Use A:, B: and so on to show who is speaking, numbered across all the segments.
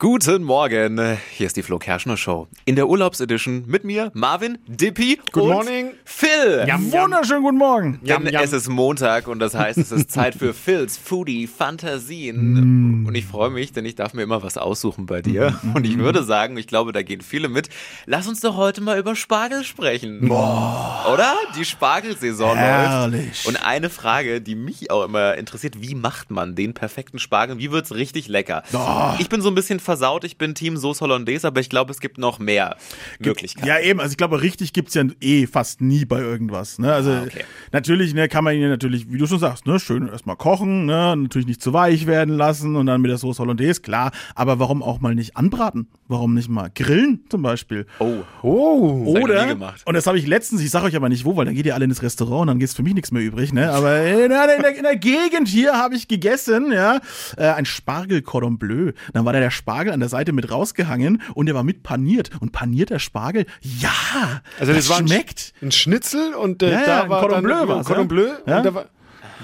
A: Guten Morgen, hier ist die Flo Kerschner Show. In der Urlaubsedition mit mir Marvin, Dippy
B: Good
A: und
B: morning.
A: Phil.
B: Jam, Wunderschönen guten Morgen.
A: Denn es ist Montag und das heißt, es ist Zeit für Phils Foodie Fantasien.
B: Mm.
A: Und ich freue mich, denn ich darf mir immer was aussuchen bei dir.
B: Mm-hmm.
A: Und ich würde sagen, ich glaube, da gehen viele mit. Lass uns doch heute mal über Spargel sprechen. Oder? Die Spargelsaison läuft.
B: Herrlich.
A: Und eine Frage, die mich auch immer interessiert, wie macht man den perfekten Spargel? Wie wird's richtig lecker? Ich bin so ein bisschen versaut, ich bin Team Soße Hollandaise, aber ich glaube, es gibt noch mehr Möglichkeiten.
B: Ja, eben. Also ich glaube, richtig gibt's ja eh fast nie bei irgendwas. Ne? Also
A: okay.
B: natürlich ne, kann man ihn ja natürlich, wie du schon sagst, ne, schön erstmal kochen, ne, natürlich nicht zu weich werden lassen und dann mit der Soße Hollandaise, klar. Aber warum auch mal nicht anbraten? Warum nicht mal grillen zum Beispiel?
A: Oh.
B: Oh.
A: ich noch
B: Oder,
A: nie gemacht.
B: und das habe ich letztens, ich sage euch aber nicht wo, weil dann geht ihr alle ins Restaurant und dann geht's für mich nichts mehr übrig. Ne? Aber in der, in der, in der Gegend hier habe ich gegessen, ja, äh, ein Spargel Cordon Bleu. Dann war da der Spargel an der Seite mit rausgehangen und der war mit paniert. Und panierter Spargel, ja,
C: Also das, war ein,
B: schmeckt.
C: Sch- ein Schnitzel und äh,
B: Ja, ja,
C: da
B: ein
C: war dann
B: Cordon Bleu war's,
C: Cordon
B: ja?
C: Bleu
B: Ja?
C: und da war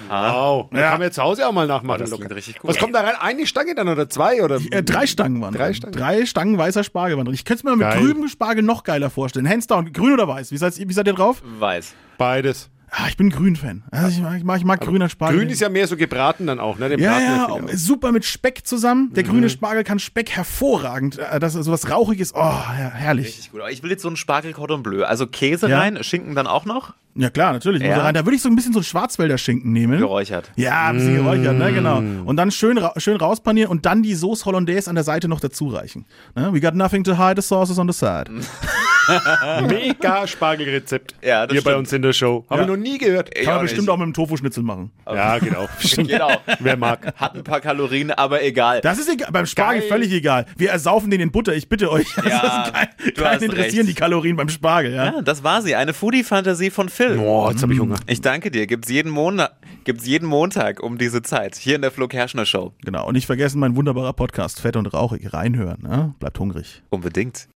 C: Wow, das kann man ja zu Hause auch mal nachmachen.
A: das
C: locker.
A: klingt richtig gut.
C: Was kommt da rein? Eine Stange dann oder zwei oder?
B: Äh, drei Stangen waren
C: Drei
B: drin.
C: Stangen?
B: Drei Stangen weißer Spargel waren drin. Ich könnte es mir mit
C: Geil.
B: trübem Spargel noch geiler vorstellen. Hands down, grün oder weiß? Wie seid, ihr- wie seid ihr drauf?
A: Weiß.
C: Beides.
B: Ah, ich bin Grün-Fan. Also ich mag, ich mag, ich mag grüner Spargel.
C: Grün ist ja mehr so gebraten dann auch, ne? Den
B: Ja,
C: braten
B: ja, um
C: wir viel.
B: super mit Speck zusammen. Der grüne Spargel kann Speck hervorragend. Äh, Das ist sowas Rauchiges. Oh, her- herrlich.
A: Richtig gut. Aber ich will jetzt so einen Spargel Cordon Bleu. Also Käse
B: Ja.
A: rein, Schinken dann auch noch?
B: Ja, klar, natürlich. Muss
A: Ja.
B: er Rein. Da würde ich so ein bisschen so einen Schwarzwälder Schinken nehmen.
A: Geräuchert.
B: Ja, ein bisschen geräuchert, ne, genau. Und dann schön, ra schön rauspanieren und dann die Sauce Hollandaise an der Seite noch dazu reichen. Ne? We got nothing to hide, the sauce is on the side.
C: Mega Spargelrezept.
A: Ja, das
C: Hier bei
A: stimmt.
C: uns in der Show. Haben
B: Ja.
C: wir noch nie gehört.
A: Ich
B: Kann
A: auch
B: man bestimmt
A: nicht.
B: auch mit dem Tofu-Schnitzel machen.
C: Ja, genau. Stimmt.
A: Genau.
C: Wer mag.
A: Hat ein paar Kalorien, aber egal.
B: Das ist egal. Beim Spargel
C: Geil.
B: völlig egal. Wir ersaufen den in Butter, ich bitte euch. Also
A: Ja,
B: das kein,
A: du hast
B: keinen interessieren
A: recht.
B: die Kalorien beim Spargel, ja.
A: ja, das war sie. Eine Foodie-Fantasie von Phil.
C: Boah, jetzt habe ich Hunger.
A: Ich danke dir. Gibt's jeden, Monat, gibt's jeden Montag um diese Zeit hier in der Flo Kerschner Show.
B: Genau. Und nicht vergessen, mein wunderbarer Podcast, Fett und Rauchig, reinhören. Ne? Bleibt hungrig.
A: Unbedingt.